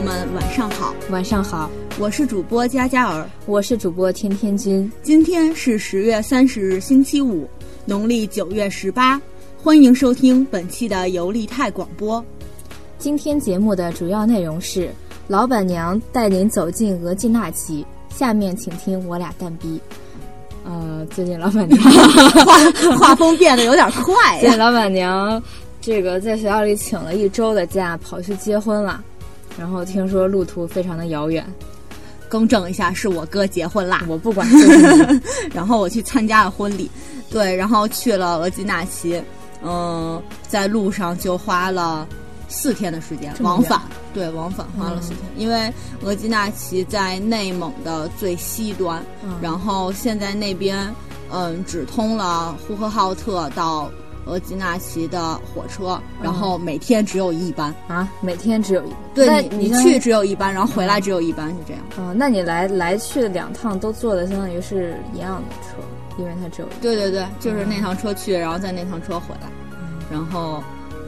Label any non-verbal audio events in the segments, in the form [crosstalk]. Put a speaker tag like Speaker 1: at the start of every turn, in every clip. Speaker 1: 好，
Speaker 2: 晚上好，
Speaker 1: 我是主播佳佳儿，
Speaker 2: 我是主播天天君。
Speaker 1: 今天是十月三十日，星期五，农历九月十八。欢迎收听本期的游利泰广
Speaker 2: [laughs]
Speaker 1: 播。
Speaker 2: 今天节目的主要内容是：老板娘带您走进额济纳旗。下面请听我俩蛋逼。呃，最近老板娘，
Speaker 1: 画
Speaker 2: [laughs]
Speaker 1: 画风变得有点快
Speaker 2: 最 [laughs]
Speaker 1: 呀、
Speaker 2: 近老板娘这个在学校里请了一周的假，跑去结婚了。然后听说路途非常的遥远，
Speaker 1: 更正一下，是我哥结婚啦，
Speaker 2: 我不管，就是 [laughs] 你
Speaker 1: 然后我去参加了婚礼，对，然后去了额济纳旗，嗯、在路上就花了四天的时间，
Speaker 2: 这么
Speaker 1: 往
Speaker 2: 远嗯
Speaker 1: 返，对，往返花了四天，因为额济纳旗在内蒙的最西端，
Speaker 2: 嗯
Speaker 1: 然后现在那边，嗯，只通了呼和浩特到额济纳旗的火车，然后每天只有一班，
Speaker 2: 啊，每天只有一个。那
Speaker 1: 对你，你
Speaker 2: 像
Speaker 1: 去只有一班，然后回来只有一班，是这样。
Speaker 2: 哦，那你来来去两趟都坐的相当于是一样的车，因为它只有一
Speaker 1: 对对对，就是那趟车去，然后再那趟车回来，然后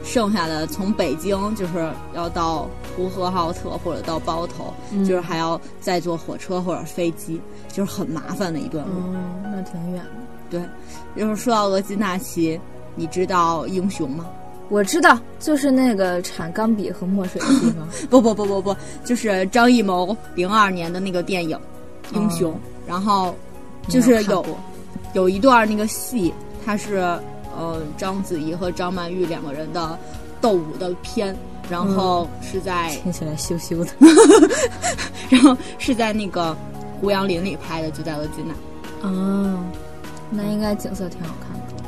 Speaker 1: 剩下的从北京就是要到呼和浩特或者到包头，就是还要再坐火车或者飞机，就是很麻烦的一段路。
Speaker 2: 嗯，那挺远的。
Speaker 1: 对，就是说到额济纳旗，你知道英雄吗？
Speaker 2: 我知道，就是那个产钢笔和墨水的地方。
Speaker 1: 不不不不不，就是张艺谋零二年的那个电影《英雄》，然后就是
Speaker 2: 哦没有
Speaker 1: 有有一段那个戏，它是呃章子怡和张曼玉两个人的斗舞的片，然后
Speaker 2: 嗯
Speaker 1: 是在、
Speaker 2: [laughs]
Speaker 1: [laughs]
Speaker 2: 听起来羞羞的。
Speaker 1: 然后是在那个胡杨林里拍的，就在额济纳。
Speaker 2: 哦，那应该景色挺好看的。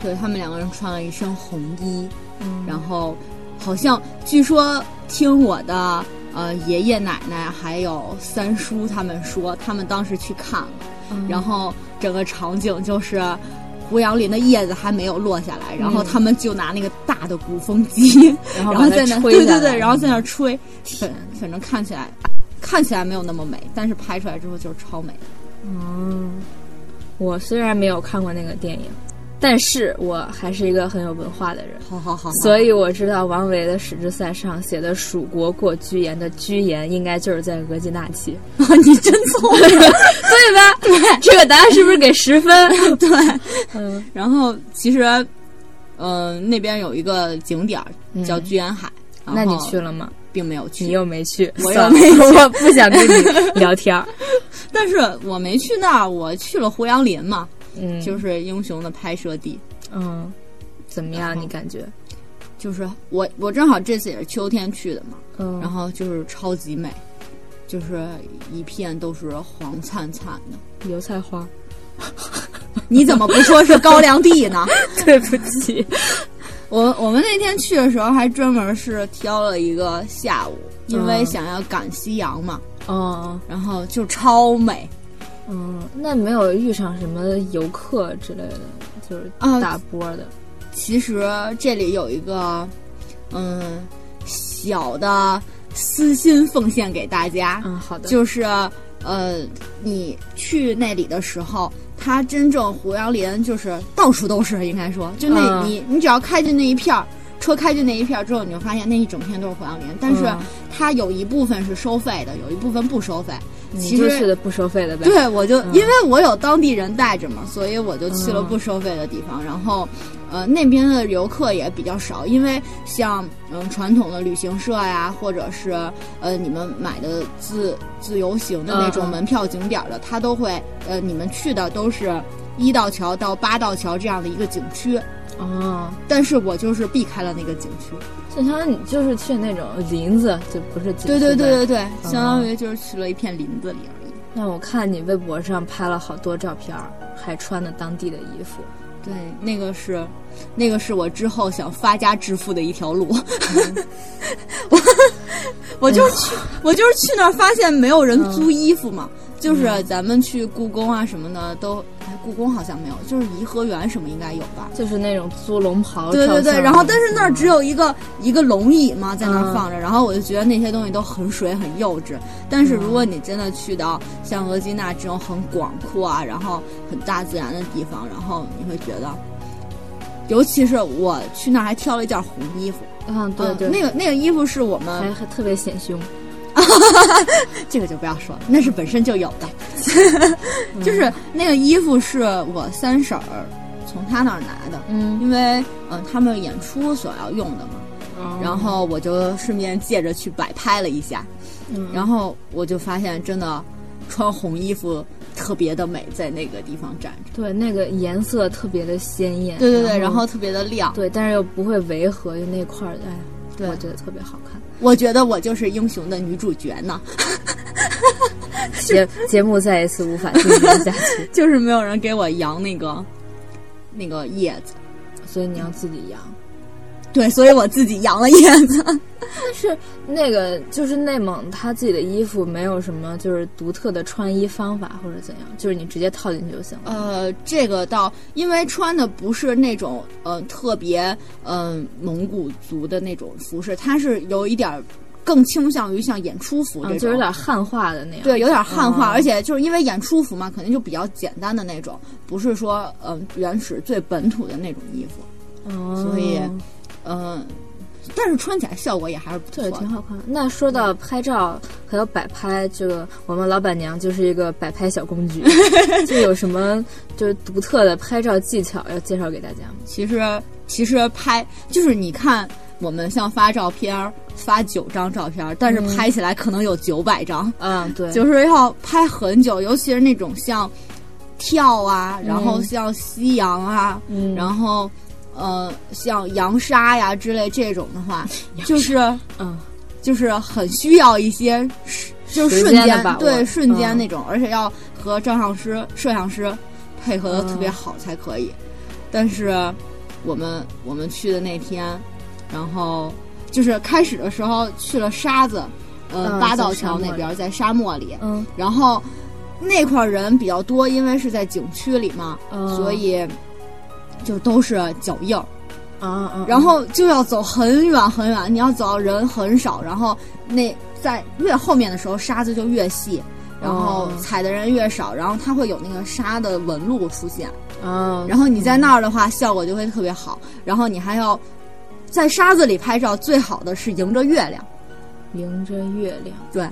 Speaker 1: 对他们两个人穿了一身红衣，
Speaker 2: 嗯
Speaker 1: 然后好像据说听我的呃爷爷奶奶还有三叔他们说，他们当时去看了，
Speaker 2: 嗯
Speaker 1: 然后整个场景就是。胡杨林的叶子还没有落下来，然后他们就拿那个大的鼓风机，
Speaker 2: 嗯 [laughs] 然后
Speaker 1: 然
Speaker 2: 把
Speaker 1: 后
Speaker 2: 它
Speaker 1: 在那
Speaker 2: 吹
Speaker 1: 对
Speaker 2: 下
Speaker 1: 对对，
Speaker 2: 来
Speaker 1: 然后在那吹，
Speaker 2: 天
Speaker 1: 反反正看起来看起来没有那么美，但是拍出来之后就是超美的。
Speaker 2: 嗯，我虽然没有看过那个电影，但是我还是一个很有文化的人。
Speaker 1: 好好好，
Speaker 2: 所以我知道王维的《使之塞上》写的“蜀国过居延”的“居延”应该就是在额济纳旗，
Speaker 1: [laughs] 你真聪
Speaker 2: [laughs]
Speaker 1: 明。
Speaker 2: 对吧？ [laughs] 这个答案是不是给十分？
Speaker 1: 对，
Speaker 2: [laughs] 嗯
Speaker 1: 然后其实，呃，那边有一个景点儿叫居安海，
Speaker 2: [laughs] 嗯那你去
Speaker 1: 了，
Speaker 2: 了吗？
Speaker 1: 并没有
Speaker 2: 你
Speaker 1: 去，
Speaker 2: 又没去，
Speaker 1: 我又
Speaker 2: 算了
Speaker 1: 没
Speaker 2: 我不想跟你聊天儿。
Speaker 1: 但是我没去那儿，我去了胡杨林嘛，
Speaker 2: [laughs] 嗯，
Speaker 1: 就是英雄的拍摄地。
Speaker 2: 嗯，怎么样？
Speaker 1: 然后
Speaker 2: 你感觉？
Speaker 1: 就是我，我正好这次也是秋天去的嘛，
Speaker 2: 嗯，
Speaker 1: 然后就是超级美，就是一片都是黄灿灿的。 [laughs]
Speaker 2: 油菜花。
Speaker 1: 你怎么不说是高粱地呢？ [laughs]
Speaker 2: 对不 [laughs] 起，
Speaker 1: 我我们那天去的时候还专门是挑了一个下午，因为
Speaker 2: 嗯
Speaker 1: 想要赶夕阳嘛，
Speaker 2: 哦，
Speaker 1: 然后就超美。
Speaker 2: 嗯，那没有遇上什么游客之类的，就是
Speaker 1: 啊
Speaker 2: 大波的，
Speaker 1: 其实这里有一个，嗯，小的私心奉献给大家，
Speaker 2: 嗯，好的，
Speaker 1: 就是呃，你去那里的时候，它真正胡杨林就是到处都是，应该说，就那、
Speaker 2: 嗯
Speaker 1: 你你只要开进那一片儿，车开进那一片儿之后，你就发现那一整片都是胡杨林，但是
Speaker 2: 嗯
Speaker 1: 它有一部分是收费的，有一部分不收费。
Speaker 2: 你
Speaker 1: 其
Speaker 2: 嗯就
Speaker 1: 实
Speaker 2: 去的不收费的呗，
Speaker 1: 对，我就、
Speaker 2: 嗯
Speaker 1: 因为我有当地人带着嘛，所以我就去了
Speaker 2: 嗯
Speaker 1: 不收费的地方。然后，呃，那边的游客也比较少，因为像嗯传统的旅行社呀，或者是呃你们买的自自由行的那种
Speaker 2: 嗯嗯
Speaker 1: 门票景点儿的，它都会呃你们去的都是一道桥到八道桥这样的一个景区，
Speaker 2: 哦，
Speaker 1: 但是我就是避开了那个景区。
Speaker 2: 就相当于你就是去那种林子，就不是景区
Speaker 1: 对对对
Speaker 2: 呗。
Speaker 1: 对对，相当于就是去了一片林子里而已。
Speaker 2: 那我看你微博上拍了好多照片儿，还穿的当地的衣服，
Speaker 1: 对，那个是，那个是我之后想发家致富的一条路。我 [laughs] 我就是去，我就是去那儿发现没有人租衣服嘛，就是咱们去故宫啊什么的都，哎，故宫好像没有，就是颐和园什么应该有吧。
Speaker 2: 就是那种租龙袍。
Speaker 1: 对对
Speaker 2: 照
Speaker 1: 对，
Speaker 2: 相
Speaker 1: 然后
Speaker 2: 的
Speaker 1: 但是那儿只有一个一个龙椅嘛，在那儿
Speaker 2: 嗯
Speaker 1: 放着，然后我就觉得那些东西都很水很幼稚。但是如果你真的去到像额济纳这种很广阔啊，然后很大自然的地方，然后你会觉得，尤其是我去那儿还挑了一件红衣服，
Speaker 2: 啊，对
Speaker 1: 嗯
Speaker 2: 对，
Speaker 1: 那个那个衣服是我们
Speaker 2: 还还特别显胸。
Speaker 1: 啊，这个就不要说了，那是本身就有 [laughs] 的。就是那个衣服是我三婶儿从她那儿拿的，
Speaker 2: 嗯，
Speaker 1: 因为嗯他们演出所要用的嘛，然后我就顺便借着去摆拍了一下，
Speaker 2: 嗯
Speaker 1: 然后我就发现真的穿红衣服特别的美，在那个地方站着。
Speaker 2: 对那个颜色特别的鲜艳，
Speaker 1: 对对对，然后特别的亮。
Speaker 2: 对，但是又不会违和，就那块儿，哎，
Speaker 1: 对
Speaker 2: 我觉得特别好看。
Speaker 1: 我觉得我就是英雄的女主角呢， [laughs]
Speaker 2: 节节目再一次无法进行下去， [laughs]
Speaker 1: 就是没有人给我扬那个那个叶子，
Speaker 2: 所以你要自己养。
Speaker 1: 对，所以我自己扬了叶子。
Speaker 2: 但是那个就是内蒙，他自己的衣服没有什么就是独特的穿衣方法或者怎样，就是你直接套进去就行
Speaker 1: [laughs]
Speaker 2: 了。
Speaker 1: 呃，这个倒因为穿的不是那种呃特别嗯、呃、蒙古族的那种服饰，它是有一点儿更倾向于像演出服这
Speaker 2: 啊，
Speaker 1: 种，
Speaker 2: 就是有点汉化的那样。
Speaker 1: 对，有点汉化，
Speaker 2: 嗯
Speaker 1: 而且就是因为演出服嘛，肯定就比较简单的那种，不是说嗯、呃原始最本土的那种衣服，
Speaker 2: 哦，
Speaker 1: 所以嗯、但是穿起来效果也还是不错
Speaker 2: 对，
Speaker 1: 的，嗯
Speaker 2: 挺好看。那说到拍照还有摆拍，这个我们老板娘就是一个摆拍小公
Speaker 1: [laughs]
Speaker 2: 举，就有什么就是独特的拍照技巧要介绍给大家吗？
Speaker 1: 其实其实拍就是你看我们像发照片儿发九张照片儿，但是拍起来可能有九百张，
Speaker 2: 嗯，
Speaker 1: [laughs]
Speaker 2: 对，
Speaker 1: 就是要拍很久，尤其是那种像跳啊，然后像夕阳啊，
Speaker 2: 嗯
Speaker 1: 然后呃像扬沙呀之类这种的话，就是
Speaker 2: 嗯，
Speaker 1: 就是很需要一些时就
Speaker 2: 时
Speaker 1: 瞬
Speaker 2: 间的
Speaker 1: 间
Speaker 2: 把握
Speaker 1: 对瞬间
Speaker 2: 嗯
Speaker 1: 那种，而且要和照相师、摄像师配合的特别好才可以。但是我们我们去的那天，然后就是开始的时候去了沙子，呃，
Speaker 2: 嗯
Speaker 1: 八道
Speaker 2: 在沙
Speaker 1: 桥那
Speaker 2: 漠
Speaker 1: 边，在沙漠里，
Speaker 2: 嗯，
Speaker 1: 然后那块儿人比较多，因为是在景区里嘛，
Speaker 2: 嗯
Speaker 1: 所以就都是脚印儿。
Speaker 2: 啊啊，
Speaker 1: 然后就要走很远很远，你要走到人很少，然后那在越后面的时候沙子就越细，然后
Speaker 2: 哦
Speaker 1: 踩的人越少，然后它会有那个沙的纹路出现，
Speaker 2: 啊，
Speaker 1: 然后你在那儿的话效果就会特别好，然后你还要在沙子里拍照，最好的是迎着月亮，
Speaker 2: 迎着月亮，
Speaker 1: 对，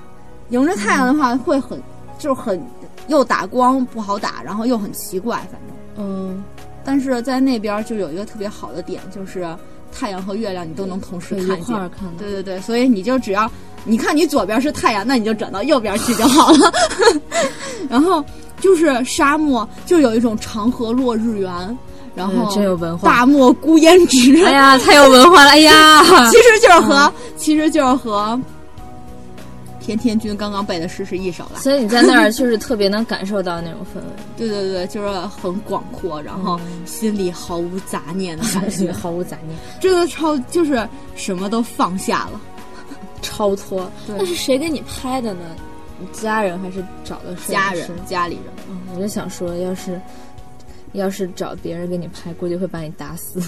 Speaker 1: 迎着太阳的话会很就是很又打光不好打，然后又很奇怪，反正。
Speaker 2: 嗯，
Speaker 1: 但是在那边就有一个特别好的点，就是太阳和月亮你都能同时
Speaker 2: 可以
Speaker 1: 看
Speaker 2: 一块
Speaker 1: 见
Speaker 2: 儿。看的。
Speaker 1: 对对对，所以你就只要你看你左边是太阳，那你就转到右边去就好了。 [laughs] 然后就是沙漠，就有一种长河落日圆，然后
Speaker 2: 哎真有文化
Speaker 1: 大漠孤烟直。
Speaker 2: 哎呀，嗯太有文化了！哎呀，
Speaker 1: [laughs] 其实就是和、其实就是和田天君刚刚背的诗是一首吧。
Speaker 2: 所以你在那儿就是特别能感受到那种氛围，
Speaker 1: 对对对，就是很广阔，然后
Speaker 2: 嗯
Speaker 1: 心里毫无杂念的感
Speaker 2: 感觉
Speaker 1: 觉，
Speaker 2: 毫无杂念，
Speaker 1: 真的超就是什么都放下了。
Speaker 2: 超脱。
Speaker 1: 对
Speaker 2: 那是谁给你拍的呢？你家人还是找的摄影
Speaker 1: 家
Speaker 2: 师
Speaker 1: 人、家里人，
Speaker 2: 嗯，我就想说，要是要是找别人给你拍，估计会把你打死。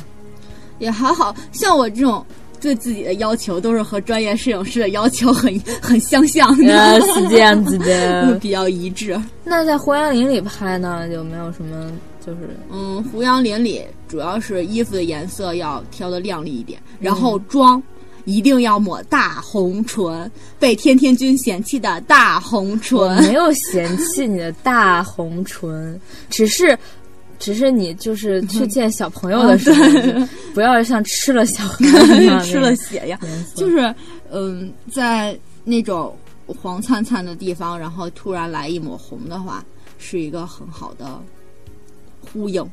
Speaker 1: 也还好像我这种对自己的要求都是和专业摄影师的要求很很相像 [laughs] 的，
Speaker 2: 是这样子
Speaker 1: 嗯
Speaker 2: 的。
Speaker 1: 比较一致。
Speaker 2: [laughs] 那在胡杨林里拍呢，有没有什么就是
Speaker 1: 嗯，胡杨林里主要是衣服的颜色要挑的亮丽一点，然后
Speaker 2: 嗯
Speaker 1: 妆。一定要抹大红唇，被天天君嫌弃的大红
Speaker 2: 我
Speaker 1: 唇。
Speaker 2: 没有嫌弃你的大红唇，只是。只是你就是去见小朋友的时候，就不要像吃了小孩一
Speaker 1: [laughs]
Speaker 2: 样
Speaker 1: 吃了血呀！
Speaker 2: 那种颜色，
Speaker 1: 就是嗯，在那种黄灿灿的地方，然后突然来一抹红的话，是一个很好的呼应。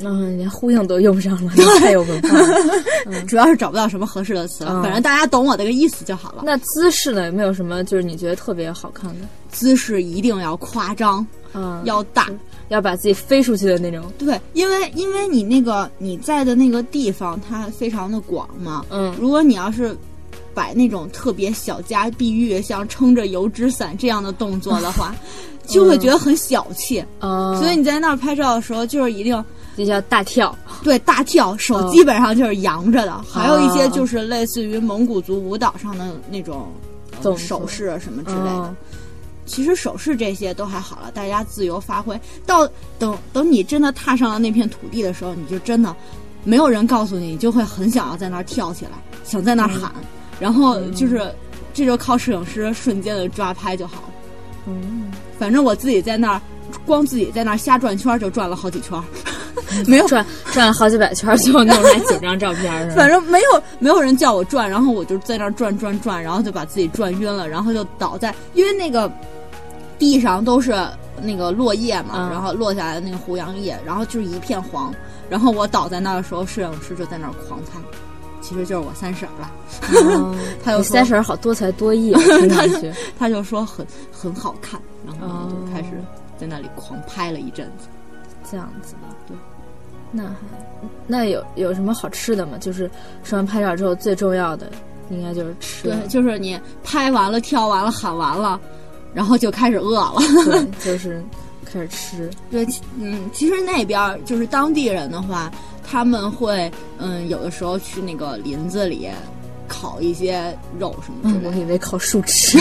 Speaker 2: 嗯，连呼应都用上了，你太有文化了。
Speaker 1: [laughs] 主要是找不到什么合适的词了，
Speaker 2: 嗯
Speaker 1: 反正大家懂我这个意思就好了。
Speaker 2: 那姿势呢？有没有什么就是你觉得特别好看的？
Speaker 1: 姿势一定要夸张，
Speaker 2: 嗯，
Speaker 1: 要大，
Speaker 2: 要把自己飞出去的那种。
Speaker 1: 对，因为因为你那个你在的那个地方它非常的广嘛，
Speaker 2: 嗯，
Speaker 1: 如果你要是。摆那种特别小家碧玉，像撑着油纸伞这样的动作的
Speaker 2: [laughs]
Speaker 1: 话，就
Speaker 2: 嗯
Speaker 1: 会觉得很小气。
Speaker 2: 哦，
Speaker 1: 所以你在那儿拍照的时候，就是一定
Speaker 2: 这叫大跳。
Speaker 1: 对大跳，手
Speaker 2: 嗯
Speaker 1: 基本上就是扬着的，还有一些
Speaker 2: 哦
Speaker 1: 就是类似于蒙古族舞蹈上的那种呃
Speaker 2: 动作
Speaker 1: 手势啊什么之类的。
Speaker 2: 嗯，
Speaker 1: 其实手势这些都还好了，大家自由发挥。到等等你真的踏上了那片土地的时候，你就真的没有人告诉你，你就会很想要在那儿跳起来，想在那儿喊，然后就是这就靠摄影师瞬间的抓拍就好。
Speaker 2: 嗯，
Speaker 1: 反正我自己在那儿，光自己在那儿瞎转圈儿就转了好几圈儿，没有，
Speaker 2: 转转了好几百圈儿，最后弄出来九张照片儿是吧？
Speaker 1: 反正没有没有人叫我转，然后我就在那儿转转转，然后就把自己转晕了，然后就倒在，因为那个地上都是那个落叶嘛，
Speaker 2: 嗯
Speaker 1: 然后落下来的那个胡杨叶，然后就是一片黄，然后我倒在那儿的时候，摄影师就在那儿狂拍，其实就是我三婶儿了，
Speaker 2: 哦
Speaker 1: [laughs] 他又
Speaker 2: 你
Speaker 1: 说
Speaker 2: 三婶儿好多才
Speaker 1: [laughs]
Speaker 2: 多艺啊，听上去。
Speaker 1: 他就说很很好看，然后呢
Speaker 2: 哦
Speaker 1: 就开始在那里狂拍了一阵子。
Speaker 2: 这样子的，对。那还那有有什么好吃的吗？就是说完拍照之后，最重要的应该就是吃了
Speaker 1: 对，就是你拍完了、跳完了、喊完了，然后就开始饿了。
Speaker 2: [laughs] 对，就是开始吃。
Speaker 1: 对，其嗯，其实那边儿就是当地人的话，他们会嗯有的时候去那个林子里烤一些肉什么之类
Speaker 2: 我
Speaker 1: 的。
Speaker 2: 以为靠树
Speaker 1: [laughs]
Speaker 2: 吃，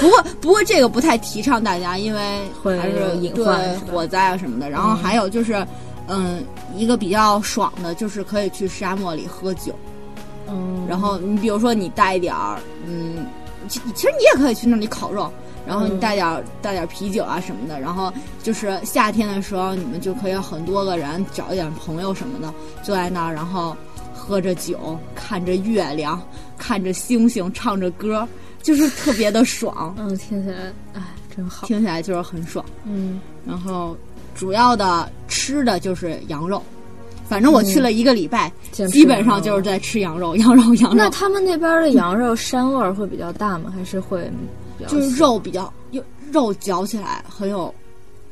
Speaker 1: 不过不过这个不太提倡大家，因为
Speaker 2: 嗯会
Speaker 1: 还
Speaker 2: 有
Speaker 1: 是
Speaker 2: 隐
Speaker 1: 对
Speaker 2: 患是吧
Speaker 1: 火灾啊什么的。然后还有就是。嗯，一个比较爽的就是可以去沙漠里喝酒，
Speaker 2: [laughs] 嗯，
Speaker 1: 然后你比如说你带一点儿，嗯，其其实你也可以去那里烤肉，然后你
Speaker 2: 嗯
Speaker 1: 带点儿、带点儿啤酒啊什么的，然后就是夏天的时候，你们就可以很多个人找一点朋友什么的，坐在那儿，然后喝着酒，看着月亮，看着星星，唱着歌，就是特别的
Speaker 2: [laughs]
Speaker 1: 爽，
Speaker 2: 嗯，听起来哎，真好。
Speaker 1: 听起来就是很爽。
Speaker 2: 嗯，
Speaker 1: 然后主要的吃的就是羊肉。反正我去了一个礼拜，
Speaker 2: 见
Speaker 1: 基
Speaker 2: 吃
Speaker 1: 本上
Speaker 2: 羊
Speaker 1: 就是
Speaker 2: 肉
Speaker 1: 在吃羊肉，羊肉，羊肉。
Speaker 2: 那他们那边的羊肉膻味儿会比较大吗？还是会比较
Speaker 1: 就是肉比较有肉嚼起来很有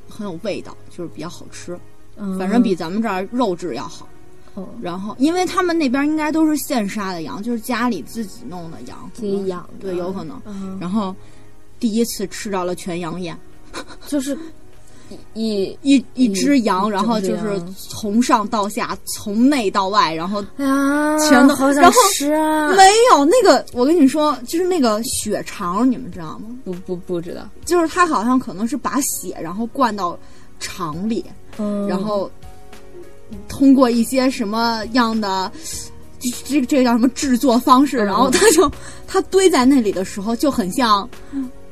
Speaker 1: 很有味道，就是比较好吃，
Speaker 2: 嗯，
Speaker 1: 反正比咱们这儿肉质要好。
Speaker 2: 哦
Speaker 1: 然后，因为他们那边应该都是现杀的羊，就是家里自己弄的羊，
Speaker 2: 自己养的，
Speaker 1: 对，有可能。
Speaker 2: 嗯，
Speaker 1: 然后第一次吃到了全羊宴，
Speaker 2: 就是一
Speaker 1: 一一只羊，
Speaker 2: 一
Speaker 1: 然后就
Speaker 2: 整只
Speaker 1: 是
Speaker 2: 羊
Speaker 1: 从上到下，从内到外，然后
Speaker 2: 哎呀，
Speaker 1: 全都
Speaker 2: 好
Speaker 1: 然
Speaker 2: 想
Speaker 1: 后
Speaker 2: 吃啊！
Speaker 1: 没有那个，我跟你说，就是那个血肠，你们知道吗？
Speaker 2: 不不不知道，
Speaker 1: 就是它好像可能是把血然后灌到肠里，
Speaker 2: 嗯，
Speaker 1: 然后通过一些什么样的这这这个叫什么制作方式，
Speaker 2: 嗯
Speaker 1: 然后它就它堆在那里的时候就很像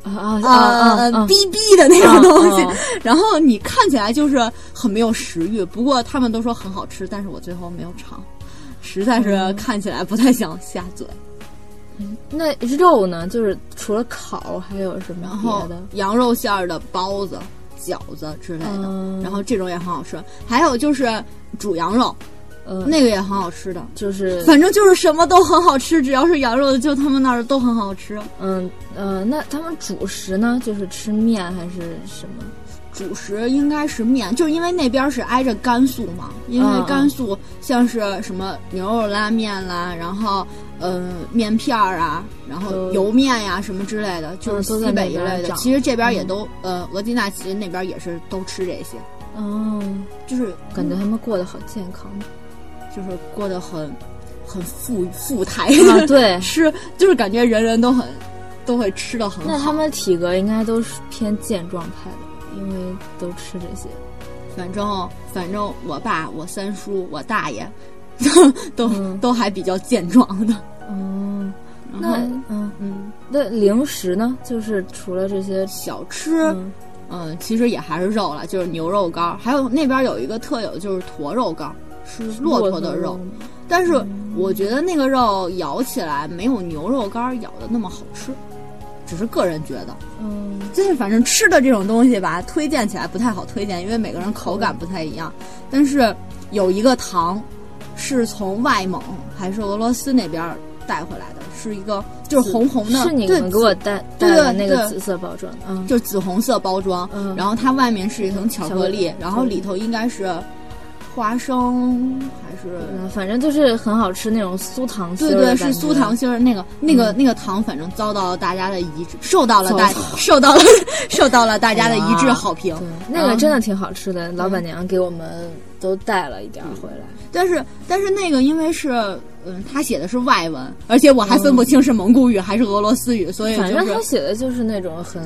Speaker 2: 啊啊啊
Speaker 1: 呃
Speaker 2: 啊！
Speaker 1: 逼逼的那种东
Speaker 2: 啊啊
Speaker 1: 西， [laughs] 然后你看起来就是很没有食欲。不过他们都说很好吃，但是我最后没有尝，实在
Speaker 2: 嗯
Speaker 1: 是看起来不太想下嘴。
Speaker 2: 那肉呢？就是除了烤，还有什么
Speaker 1: 然后
Speaker 2: 别的？
Speaker 1: 羊肉馅儿的包子、饺子之类的，
Speaker 2: 嗯
Speaker 1: 然后这种也很好吃。还有就是煮羊肉，
Speaker 2: 嗯，
Speaker 1: 那个也很好吃的。
Speaker 2: 就是
Speaker 1: 反正就是什么都很好吃，只要是羊肉的，就他们那儿都很好吃。
Speaker 2: 嗯呃，那他们主食呢？就是吃面还是什么？
Speaker 1: 主食应该是面，就是因为那边是挨着甘肃嘛，因
Speaker 2: 嗯嗯
Speaker 1: 为甘肃像是什么牛肉拉面啦，然后嗯、呃面片儿啊，然后
Speaker 2: 都
Speaker 1: 油面呀、什么之类的，就是
Speaker 2: 嗯都在
Speaker 1: 西北一
Speaker 2: 那边
Speaker 1: 类的。
Speaker 2: 长嗯
Speaker 1: 其实这边也都、呃，额济纳旗那边也是都吃这些，
Speaker 2: 哦，
Speaker 1: 就是
Speaker 2: 感觉他们过得好健康
Speaker 1: 就是过得很很富富态，
Speaker 2: 啊！ [laughs] 对，
Speaker 1: [laughs] 吃就是感觉人人都很都会吃的很好。
Speaker 2: 那他们体格应该都是偏健壮派的，因为都吃这些。
Speaker 1: 反正反正我爸、我三叔、我大爷， [laughs] 都、
Speaker 2: 嗯
Speaker 1: 都还比较健壮的。
Speaker 2: 哦，
Speaker 1: 然
Speaker 2: 那
Speaker 1: 后
Speaker 2: 嗯，
Speaker 1: 嗯，
Speaker 2: 那零食呢？就是除了这些，
Speaker 1: 小吃嗯
Speaker 2: 嗯
Speaker 1: 其实也还是肉了，就是牛肉干儿，还有那边有一个特有就是驼肉干儿，是骆驼的肉，
Speaker 2: 吗
Speaker 1: 但是我觉得那个肉咬起来没有牛肉干儿咬的那么好吃。只是个人觉得，
Speaker 2: 嗯，
Speaker 1: 就是反正吃的这种东西吧，推荐起来不太好推荐，因为每个人口感不太一样。但是有一个糖，是从外蒙还是俄罗斯那边儿带回来的，是一个就是红红的，
Speaker 2: 是你
Speaker 1: 对
Speaker 2: 们给我带
Speaker 1: 对对
Speaker 2: 带的那个
Speaker 1: 对
Speaker 2: 紫色包装的，嗯，
Speaker 1: 就是紫红色包装，
Speaker 2: 嗯
Speaker 1: 然后它外面是一层巧克力
Speaker 2: 巧克力，
Speaker 1: 然后里头应该是花生还是。
Speaker 2: 嗯反正就是很好吃那种酥糖心
Speaker 1: 对
Speaker 2: 儿的
Speaker 1: 对，
Speaker 2: 感
Speaker 1: 是
Speaker 2: 觉嗯
Speaker 1: 酥糖，心儿那个那个、那个糖，反正遭到了大家的一致，受到了大受到了 [laughs] 受到了大家的一致好评。
Speaker 2: 对，那个真
Speaker 1: 嗯
Speaker 2: 的挺好吃的，老板娘给我们都带了一点
Speaker 1: 嗯
Speaker 2: 儿回来。
Speaker 1: 但是但是那个因为是嗯，他写的是外文，而且我还分不清是蒙古语还是俄罗斯语，所以
Speaker 2: 反
Speaker 1: 就
Speaker 2: 正
Speaker 1: 是
Speaker 2: 他写的就是那种很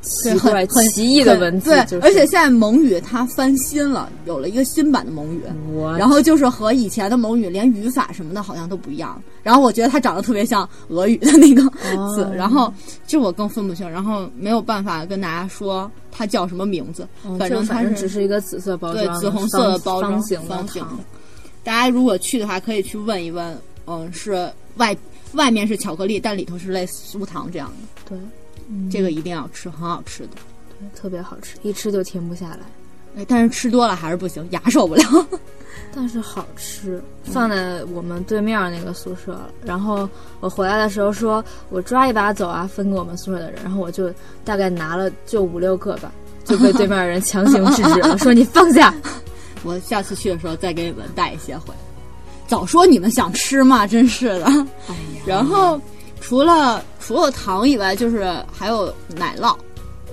Speaker 2: 奇
Speaker 1: 对，很
Speaker 2: 怪、
Speaker 1: 很
Speaker 2: 奇异的
Speaker 1: 很
Speaker 2: 文字
Speaker 1: 对，，
Speaker 2: 就是
Speaker 1: 而且现在蒙语它翻新了，有了一个新版的蒙语。
Speaker 2: 我
Speaker 1: 然后就是和以前的蒙语，连语法什么的好像都不一样。然后我觉得它长得特别像俄语的那个
Speaker 2: 哦
Speaker 1: 字，然后就我更分不清，然后没有办法跟大家说它叫什么名字，
Speaker 2: 嗯
Speaker 1: 反
Speaker 2: 就
Speaker 1: 正它
Speaker 2: 反
Speaker 1: 是
Speaker 2: 正只是一个紫色包装，
Speaker 1: 对紫红色的包装
Speaker 2: 方形的
Speaker 1: 方形
Speaker 2: 糖
Speaker 1: 的，大家如果去的话，可以去问一问，嗯，是外外面是巧克力，但里头是类似酥糖这样的，
Speaker 2: 对，
Speaker 1: 这个一定要吃，很好吃的。
Speaker 2: 特别好吃，一吃就停不下来。
Speaker 1: 哎，但是吃多了还是不行，牙受不了。 [laughs]
Speaker 2: 但是好吃，放在我们对面那个宿舍了。然后我回来的时候说，我抓一把走啊，分给我们宿舍的人。然后我就大概拿了就五六个吧，就被对面人强行制
Speaker 1: [laughs]
Speaker 2: 止了，说你放下。
Speaker 1: 我下次去的时候再给你们带一些回来。早说你们想吃嘛，真是的。
Speaker 2: 哎
Speaker 1: 然后除了除了糖以外，就是还有奶酪，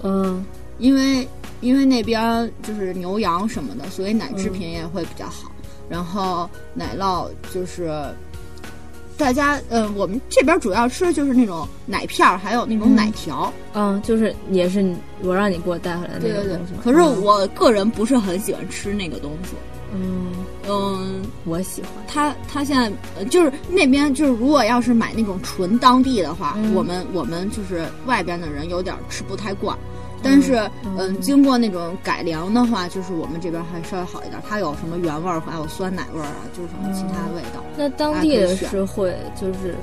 Speaker 2: 嗯，
Speaker 1: 因为因为那边就是牛羊什么的，所以奶制品也会比较好。然后奶酪就是大家呃，我们这边主要吃的就是那种奶片儿，还有那种
Speaker 2: 嗯
Speaker 1: 奶条。
Speaker 2: 嗯，就是也是你我让你给我带回来的
Speaker 1: 对
Speaker 2: 那
Speaker 1: 对
Speaker 2: 个
Speaker 1: 对
Speaker 2: 东西嘛。。
Speaker 1: 可是我个人不是很喜欢吃那个东西。
Speaker 2: 嗯，嗯，
Speaker 1: 嗯，
Speaker 2: 我喜欢。
Speaker 1: 他他现在呃就是那边就是，如果要是买那种纯当地的话，
Speaker 2: 嗯
Speaker 1: 我们我们就是外边的人有点吃不太惯。但是，嗯
Speaker 2: 嗯，
Speaker 1: 经过那种改良的话，就是我们这边还稍微好一点。它有什么原味儿，还有酸奶味儿啊，就是什么其他味道。
Speaker 2: 那当地
Speaker 1: 大家可
Speaker 2: 的
Speaker 1: 以选
Speaker 2: 是会就是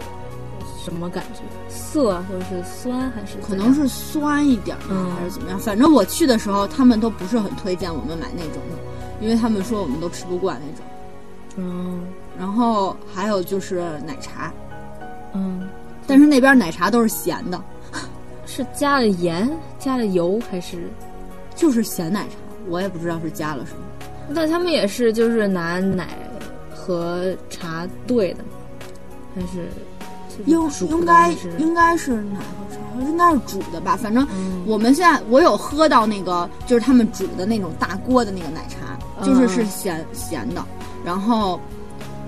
Speaker 2: 什么感觉？涩啊或者是酸还是怎样？
Speaker 1: 可能是酸一点儿吧，
Speaker 2: 嗯
Speaker 1: 还是怎么样？反正我去的时候，他们都不是很推荐我们买那种的，因为他们说我们都吃不惯那种。
Speaker 2: 嗯
Speaker 1: 然后还有就是奶茶，
Speaker 2: 嗯，
Speaker 1: 但是那边奶茶都是咸的，
Speaker 2: 是加了盐、加了油还是？
Speaker 1: 就是咸奶茶，我也不知道是加了什么。
Speaker 2: 那他们也是就是拿奶和茶兑的吗？还是就是
Speaker 1: 应
Speaker 2: 煮的
Speaker 1: 应该
Speaker 2: 还是
Speaker 1: 应该是哪个茶？应该是煮的吧？反正
Speaker 2: 嗯
Speaker 1: 我们现在我有喝到那个，就是他们煮的那种大锅的那个奶茶，
Speaker 2: 嗯
Speaker 1: 就是是咸咸的。然后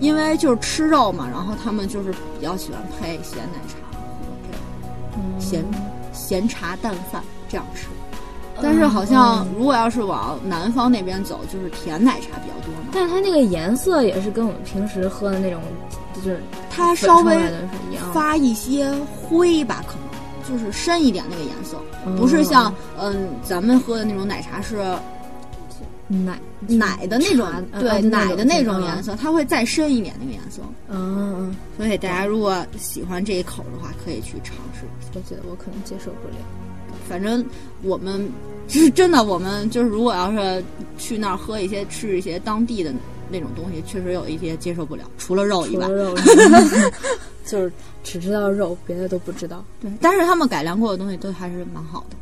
Speaker 1: 因为就是吃肉嘛，然后他们就是比较喜欢配咸奶茶喝这个
Speaker 2: 嗯
Speaker 1: 咸咸茶淡饭这样吃。但是好像如果要是往南方那边走，就是甜奶茶比较多嘛。
Speaker 2: 但是它那个颜色也是跟我们平时喝的那种就是
Speaker 1: 它
Speaker 2: 它
Speaker 1: 稍微
Speaker 2: 的是一样的，
Speaker 1: 发一些灰吧，可能就是深一点那个颜色，
Speaker 2: 嗯
Speaker 1: 不是像嗯咱们喝的那种奶茶是
Speaker 2: 奶
Speaker 1: 奶的那种
Speaker 2: 茶，的
Speaker 1: 对
Speaker 2: 啊
Speaker 1: 奶的那
Speaker 2: 那
Speaker 1: 种
Speaker 2: 种
Speaker 1: 颜色，它会再深一点那个颜色。
Speaker 2: 嗯，嗯
Speaker 1: 所以大家如果喜欢这一口的话，可以去尝试。
Speaker 2: 我觉得我可能接受不了。
Speaker 1: 反正我们就是真的，我们就是如果要是去那儿喝一些吃一些当地的那种东西，确实有一些接受不了，除了肉以
Speaker 2: 除
Speaker 1: 外
Speaker 2: 了。肉，
Speaker 1: [laughs]
Speaker 2: 就是只知道肉，别的都不知道。
Speaker 1: 对，但是他们改良过的东西都还是蛮好的。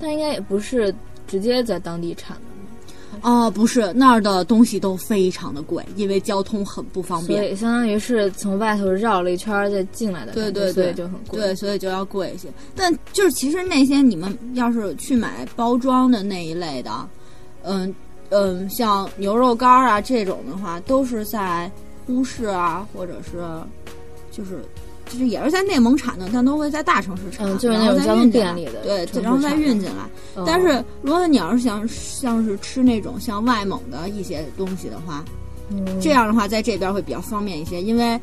Speaker 2: 但应该也不是直接在当地产的嘛，
Speaker 1: 啊、不是那儿的东西都非常的贵，因为交通很不方
Speaker 2: 所
Speaker 1: 便。
Speaker 2: 以相当于是从外头绕了一圈儿再进来的感
Speaker 1: 对
Speaker 2: 觉，
Speaker 1: 对
Speaker 2: 所
Speaker 1: 对，
Speaker 2: 以就很贵。
Speaker 1: 对，所以就要贵一些。但就是其实那些你们要是去买包装的那一类的，嗯嗯，像牛肉干儿啊这种的话，都是在呼市啊，或者是就是就是也是在内蒙产的，但都会在大城市产，
Speaker 2: 嗯就是
Speaker 1: 然后
Speaker 2: 那种
Speaker 1: 再
Speaker 2: 交通
Speaker 1: 运进
Speaker 2: 便
Speaker 1: 来
Speaker 2: 利的城
Speaker 1: 对，
Speaker 2: 市
Speaker 1: 然后再
Speaker 2: 产的
Speaker 1: 运进来。
Speaker 2: 嗯
Speaker 1: 但是如果你要是想像是吃那种像外蒙的一些东西的话，
Speaker 2: 嗯
Speaker 1: 这样的话在这边会比较方便一些，因为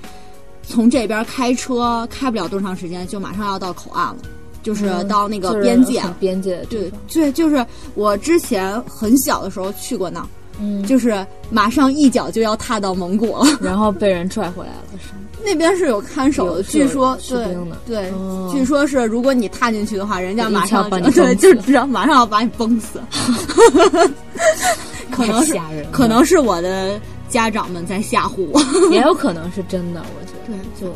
Speaker 1: 从这边开车开不了多长时间，就马上要到口岸了，就是
Speaker 2: 嗯
Speaker 1: 到那
Speaker 2: 就
Speaker 1: 个
Speaker 2: 是
Speaker 1: 边界
Speaker 2: 很
Speaker 1: 了。
Speaker 2: 边界的地
Speaker 1: 对
Speaker 2: 方，
Speaker 1: 对，就是我之前很小的时候去过那儿，
Speaker 2: 嗯，
Speaker 1: 就是马上一脚就要踏到蒙古了。 [laughs]
Speaker 2: 然后被人拽回来了，是吗？
Speaker 1: 那边是有看守的，
Speaker 2: 有是
Speaker 1: 据
Speaker 2: 有
Speaker 1: 说
Speaker 2: 士
Speaker 1: 对
Speaker 2: 兵的
Speaker 1: 对，
Speaker 2: 哦
Speaker 1: 据说是如果你踏进去的话，人家
Speaker 2: 就一
Speaker 1: 马上
Speaker 2: 枪
Speaker 1: [laughs]
Speaker 2: 把
Speaker 1: 就
Speaker 2: 你
Speaker 1: 对，
Speaker 2: 崩
Speaker 1: 就
Speaker 2: 死
Speaker 1: 知道马上要把你崩死。可能
Speaker 2: 太
Speaker 1: 是
Speaker 2: 吓人了，
Speaker 1: 可能是我的家长们在吓唬我。
Speaker 2: 也有可能是真的，我觉得
Speaker 1: 对，
Speaker 2: 就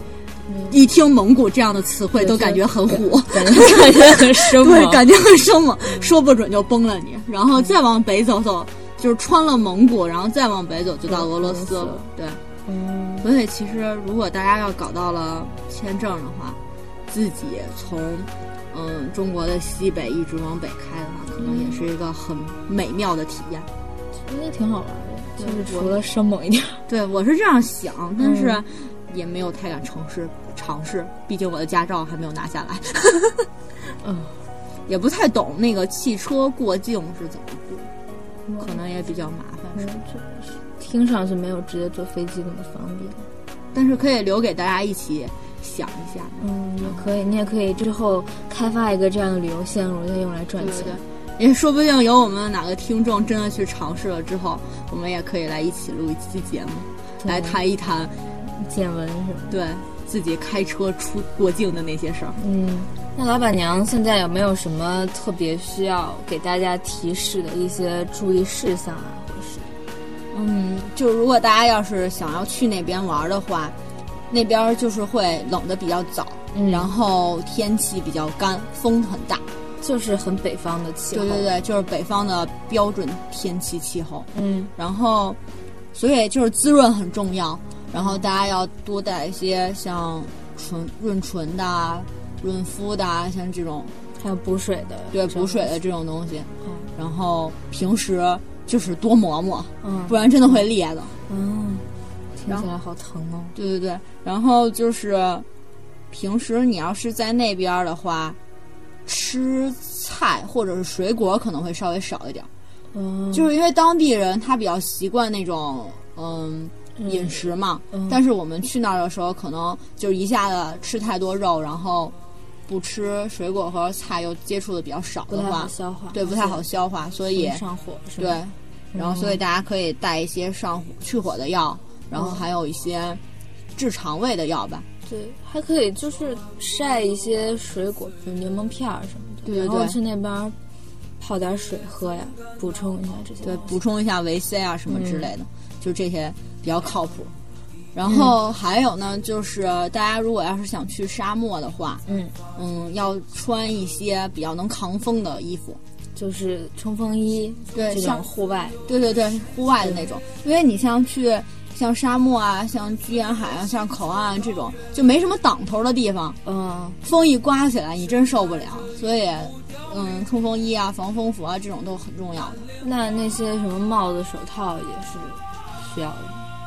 Speaker 2: 嗯
Speaker 1: 一听蒙古这样的词汇，都感觉很虎，
Speaker 2: 感觉感觉很生
Speaker 1: [laughs] 对，
Speaker 2: 猛。
Speaker 1: 感觉很生猛，说不准就崩了你。然后再往北走走，就是穿了蒙古，然后再往北走就到俄罗斯
Speaker 2: 俄
Speaker 1: 了
Speaker 2: 罗。
Speaker 1: 对，
Speaker 2: 嗯
Speaker 1: 所以其实如果大家要搞到了签证的话，自己从嗯中国的西北一直往北开的话，可能也是一个很美妙的体验。
Speaker 2: 应该挺好玩的，就
Speaker 1: 对
Speaker 2: 是
Speaker 1: 我
Speaker 2: 除了生
Speaker 1: [laughs]
Speaker 2: 猛一点，
Speaker 1: 对我是这样想，但是也没有太敢尝试尝试，毕竟我的驾照还没有拿下来。
Speaker 2: 嗯，
Speaker 1: 也不太懂那个汽车过境是怎么过，可能也比较麻烦。是吧
Speaker 2: 听上去没有直接坐飞机那么方便。
Speaker 1: 但是可以留给大家一起想一下。
Speaker 2: 嗯，也可以，你也可以之后开发一个这样的旅游线路，再用来赚
Speaker 1: 对
Speaker 2: 钱。
Speaker 1: 对对，嗯也说不定有我们哪个听众真的去尝试了之后，我们也可以来一起录一期节目，
Speaker 2: 对
Speaker 1: 来谈一谈
Speaker 2: 见闻什么的。
Speaker 1: 对自己开车出过境的那些事儿。
Speaker 2: 嗯，那老板娘现在有没有什么特别需要给大家提示的一些注意事项啊，或者是？
Speaker 1: 嗯，就如果大家要是想要去那边玩的话，那边儿就是会冷的比较早，
Speaker 2: 嗯
Speaker 1: 然后天气比较干，风很大。
Speaker 2: 就是很北方的气候。
Speaker 1: 对对对，就是北方的标准天气气候。
Speaker 2: 嗯，
Speaker 1: 然后，所以就是滋润很重要。然后大家要多带一些像唇润唇的啊、润肤的啊，像这种
Speaker 2: 还有补水的，
Speaker 1: 对补水的这种东西。
Speaker 2: 嗯
Speaker 1: 然后平时就是多磨磨，
Speaker 2: 嗯
Speaker 1: 不然真的会裂的。
Speaker 2: 嗯，听
Speaker 1: 然
Speaker 2: 起
Speaker 1: 后
Speaker 2: 来好疼哦。
Speaker 1: 对对对，然后就是平时你要是在那边儿的话，吃菜或者是水果可能会稍微少一点儿，
Speaker 2: 嗯，
Speaker 1: 就是因为当地人他比较习惯那种嗯
Speaker 2: 嗯
Speaker 1: 饮食嘛，
Speaker 2: 嗯
Speaker 1: 但是我们去那儿的时候可能就一下子吃太多肉，然后不吃水果和菜又接触的比较少
Speaker 2: 不
Speaker 1: 的
Speaker 2: 太好
Speaker 1: 话，
Speaker 2: 消化，
Speaker 1: 对不太好消化，所以
Speaker 2: 容易上嗯火是吧？
Speaker 1: 对，然后所以大家可以带一些上火去火的药，然
Speaker 2: 嗯
Speaker 1: 后还有一些治肠胃的药吧。
Speaker 2: 对，还可以就是晒一些水果，比如柠檬片儿什么的，
Speaker 1: 对对对
Speaker 2: 然后去那边儿泡点水喝呀，补充一下这些。
Speaker 1: 对，补充一下维 C 啊什么之
Speaker 2: 嗯
Speaker 1: 类的，就这些比较靠谱。然后还有呢，就是大家如果要是想去沙漠的话，
Speaker 2: 嗯，
Speaker 1: 嗯，要穿一些比较能抗风的衣服。
Speaker 2: 就是冲锋衣，
Speaker 1: 对
Speaker 2: 这种
Speaker 1: 像
Speaker 2: 户外，
Speaker 1: 对对对，户外的那种，因为你像去像沙漠啊、像居延海啊、像口岸啊这种，就没什么挡头的地方，
Speaker 2: 嗯，
Speaker 1: 风一刮起来你真受不了。所以，嗯，冲锋衣啊、防风服啊这种都很重要的，
Speaker 2: 那那些什么帽子、手套也是需要的，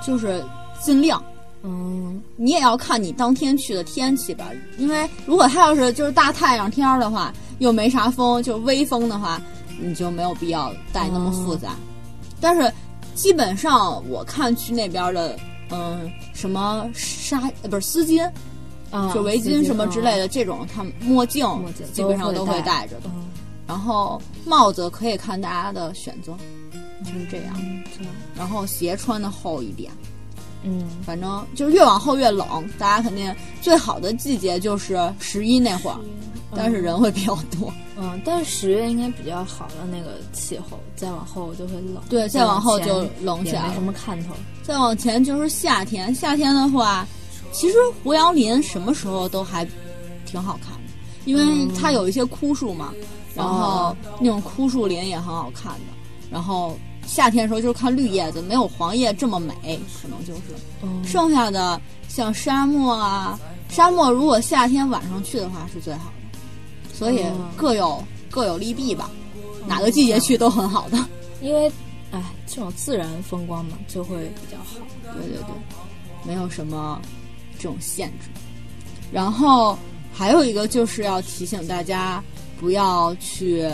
Speaker 1: 就是尽量。
Speaker 2: 嗯，
Speaker 1: 你也要看你当天去的天气吧，因为如果它要是就是大太阳天儿的话，又没啥风，就微风的话，你就没有必要带那么复杂。
Speaker 2: 嗯
Speaker 1: 但是基本上我看去那边的，嗯，什么纱呃不是丝巾，
Speaker 2: 啊，
Speaker 1: 就围巾什么之类
Speaker 2: 的，
Speaker 1: 的这种，他们墨镜
Speaker 2: 墨镜
Speaker 1: 基本上
Speaker 2: 都
Speaker 1: 都
Speaker 2: 会
Speaker 1: 会
Speaker 2: 戴
Speaker 1: 戴着的。
Speaker 2: 嗯，
Speaker 1: 然后帽子可以看大家的选择，就是这样。
Speaker 2: 嗯这样，
Speaker 1: 然后鞋穿的厚一点。
Speaker 2: 嗯，
Speaker 1: 反正就是越往后越冷，大家肯定最好的季节就是十一那会儿，但是人会比较多。
Speaker 2: 嗯，但是十月应该比较好了，那个气候，再往后就会冷，
Speaker 1: 对，再往后就
Speaker 2: 前
Speaker 1: 冷起
Speaker 2: 也
Speaker 1: 来
Speaker 2: 没什
Speaker 1: 了。
Speaker 2: 么看头，
Speaker 1: 再往前就是夏天，夏天的话，其实胡杨林什么时候都还挺好看的，因为它有一些枯树嘛，然后那种枯树林也很好看的。然后夏天的时候就是看绿叶子，没有黄叶这么美，可能就是。
Speaker 2: 嗯，
Speaker 1: 剩下的像沙漠啊，沙漠如果夏天晚上去的话是最好的，所以
Speaker 2: 嗯
Speaker 1: 各有、各有利弊吧，哪个季节去都很好的。
Speaker 2: 因为，哎，这种自然风光嘛，就会比较好。
Speaker 1: 对对对，没有什么这种限制。然后还有一个就是要提醒大家不要去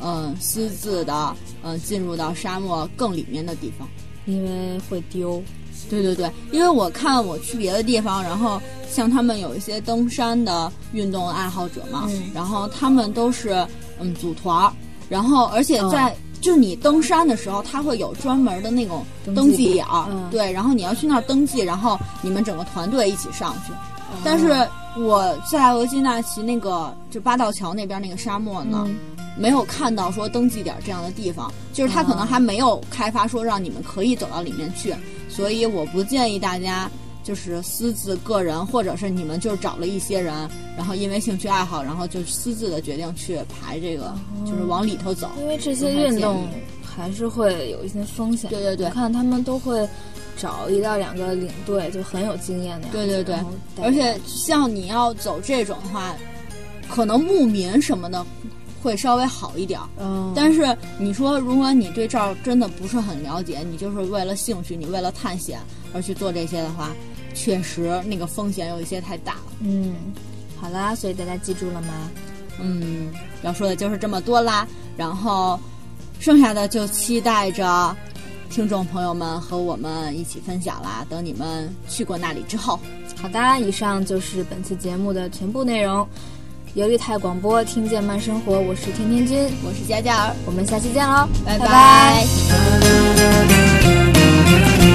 Speaker 1: 嗯私自的嗯进入到沙漠更里面的地方。
Speaker 2: 因为会丢。
Speaker 1: 对对对，因为我看我去别的地方，然后像他们有一些登山的运动爱好者嘛，
Speaker 2: 嗯
Speaker 1: 然后他们都是嗯组团儿，然后
Speaker 2: 嗯
Speaker 1: 而且在、就是你登山的时候，他会有专门的那种
Speaker 2: 登
Speaker 1: 登
Speaker 2: 记
Speaker 1: 记
Speaker 2: 点
Speaker 1: 点儿，
Speaker 2: 嗯
Speaker 1: 对，然后你要去那儿登记，然后你们整个团队一起上去。
Speaker 2: 嗯
Speaker 1: 但是我在额济纳旗那个就八道桥那边那个沙漠呢，
Speaker 2: 嗯
Speaker 1: 没有看到说登记点这样的地方，就是它可能还没有开发说让你们可以走到里面去，所以我不建议大家就是私自个人，或者是你们就找了一些人，然后因为兴趣爱好，然后就私自的决定去排这个，就是往里头走。
Speaker 2: 因为这些运动还是会有一些风险。
Speaker 1: 对对对
Speaker 2: 我看他们都会找一到两个领队，就很有经验的样子。
Speaker 1: 对对对
Speaker 2: 然后带
Speaker 1: 而且像你要走这种的话，可能牧民什么的会稍微好一点儿。
Speaker 2: 嗯，
Speaker 1: 但是你说，如果你对这儿真的不是很了解，你就是为了兴趣，你为了探险而去做这些的话，确实那个风险有一些太大了。
Speaker 2: 嗯，好啦，所以大家记住了吗？
Speaker 1: 嗯，要说的就是这么多啦。然后剩下的就期待着听众朋友们和我们一起分享啦。等你们去过那里之后，
Speaker 2: 好的，以上就是本期节目的全部内容。由于太广播，听见慢生活，我是甜甜君，
Speaker 1: 我
Speaker 2: 哦
Speaker 1: 是佳佳儿，
Speaker 2: 我们下期见喽，
Speaker 1: 拜
Speaker 2: 拜
Speaker 1: 拜